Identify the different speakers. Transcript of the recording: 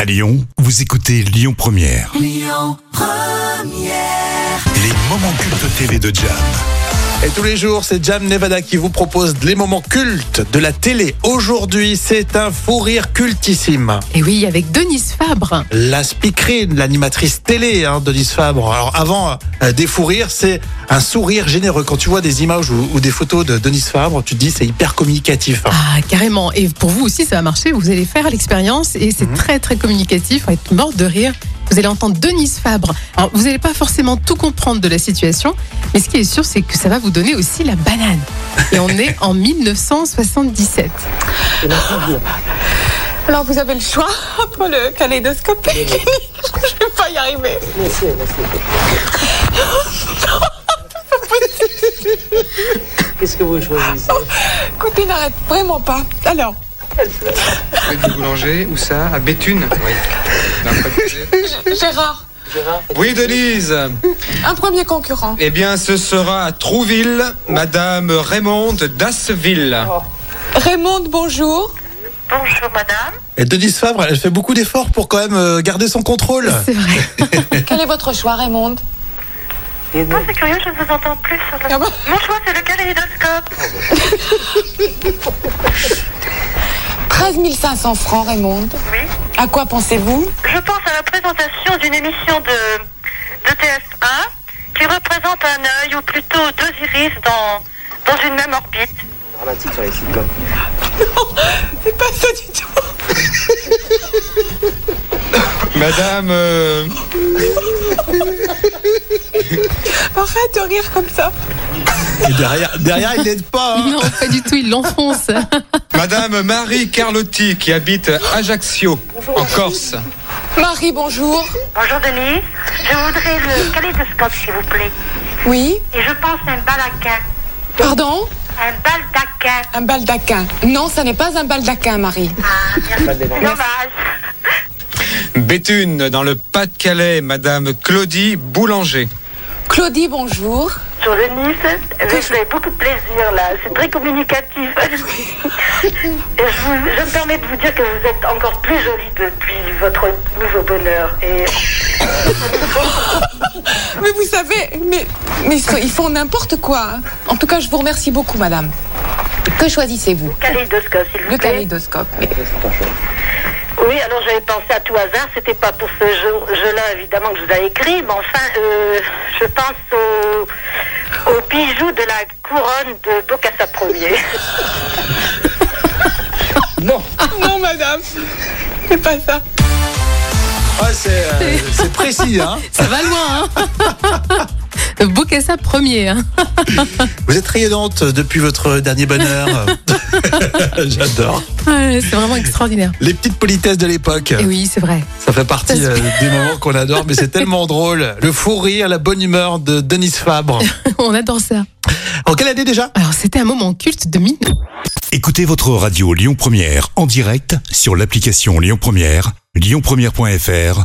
Speaker 1: À Lyon, vous écoutez Lyon Première. Les moments cultes TV de Jam.
Speaker 2: Et tous les jours, c'est Jam Nevada qui vous propose les moments cultes de la télé. Aujourd'hui, c'est un fou rire cultissime.
Speaker 3: Et oui, avec Denise Fabre.
Speaker 2: La speakerine, l'animatrice télé, hein, Denise Fabre. Alors avant euh, des fous rires, c'est un sourire généreux. Quand tu vois des images ou, ou des photos de Denise Fabre, tu te dis c'est hyper communicatif. hein.
Speaker 3: Ah, carrément. Et pour vous aussi, ça va marcher. Vous allez faire l'expérience et c'est très, très communicatif. Vous être morte de rire. Vous allez entendre Denise Fabre. Alors, vous n'allez pas forcément tout comprendre de la situation, mais ce qui est sûr, c'est que ça va vous donner aussi la banane. Et on est en 1977.
Speaker 4: Alors vous avez le choix entre le kaléidoscope et le Je vais pas y arriver.
Speaker 5: Qu'est-ce que vous choisissez
Speaker 4: Écoutez, n'arrête vraiment pas. Alors,
Speaker 6: Faites du boulanger, où ça À Béthune Oui. Non, pas Béthune.
Speaker 4: G- Gérard,
Speaker 6: Oui, Denise
Speaker 4: un premier concurrent.
Speaker 6: Eh bien, ce sera à Trouville, Madame Raymonde d'Asseville.
Speaker 4: Raymond, bonjour.
Speaker 7: Bonjour madame.
Speaker 2: Et Denise Fabre, elle fait beaucoup d'efforts pour quand même euh, garder son contrôle.
Speaker 3: C'est vrai.
Speaker 4: Quel est votre choix, Raymond
Speaker 7: Ah, c'est curieux, je ne vous entends plus sur le...
Speaker 4: Ah bon
Speaker 7: Mon choix, c'est le kaléidoscope.
Speaker 4: 13 500 francs, Raymond.
Speaker 7: Oui.
Speaker 4: À quoi pensez-vous
Speaker 7: Je pense à la présentation d'une émission de, de TF1 qui représente un œil, ou plutôt deux iris dans, dans une même orbite.
Speaker 4: C'est pas ça du tout.
Speaker 6: Madame... euh,
Speaker 4: Arrête de rire comme ça.
Speaker 2: Et derrière, derrière il n'aide pas. hein.
Speaker 3: Non, pas du tout. Il l'enfonce.
Speaker 6: Madame Marie Carlotti, qui habite Ajaccio, en Corse.
Speaker 4: Marie, bonjour.
Speaker 7: Bonjour Denise. Je voudrais le kaléidoscope, s'il vous plaît.
Speaker 4: Oui.
Speaker 7: Et je pense à un balaquin.
Speaker 4: Pardon
Speaker 7: Un baldaquin.
Speaker 4: Un baldaquin. Non, ça n'est pas un baldaquin, Marie.
Speaker 7: Ah, merci. C'est dommage.
Speaker 6: Béthune, dans le Pas-de-Calais, Madame Claudie Boulanger.
Speaker 4: Claudie, bonjour.
Speaker 7: Bonjour Denise. Vous fais beaucoup de plaisir là. C'est très communicatif. Et je, vous- je me permets de vous dire que vous êtes encore plus jolie depuis votre nouveau bonheur. Et
Speaker 4: Mais vous savez, mais, mais ils font- ils font n'importe quoi. En tout cas, je vous remercie beaucoup, madame. Que choisissez-vous
Speaker 7: kaléidoscope, s'il vous
Speaker 4: Le
Speaker 7: plaît.
Speaker 4: kaléidoscope.
Speaker 7: Oui, alors j'avais pensé à tout hasard. C'était pas pour ce jeu- jeu-là évidemment que je vous avais écrit, mais enfin, euh, je pense au, au bijou de la couronne de Bocassa Ier.
Speaker 4: Non, madame, c'est pas ça.
Speaker 2: Ouais, c'est euh, c'est précis. Hein.
Speaker 3: Ça va loin. Hein Bocassa premier. hein.
Speaker 2: Vous êtes rayonnante depuis votre dernier bonheur. J'adore.
Speaker 3: Ouais, C'est vraiment extraordinaire.
Speaker 2: Les petites politesses de l'époque.
Speaker 3: Et oui, c'est vrai.
Speaker 2: Ça fait partie euh, des moments qu'on adore, mais c'est tellement drôle. Le fou rire, la bonne humeur de Denise Fabre.
Speaker 3: On adore ça.
Speaker 2: En quelle année déjà
Speaker 3: Alors, c'était un moment culte de mine.
Speaker 1: Écoutez votre radio Lyon Première en direct sur l'application Lyon Première, lyonpremière.fr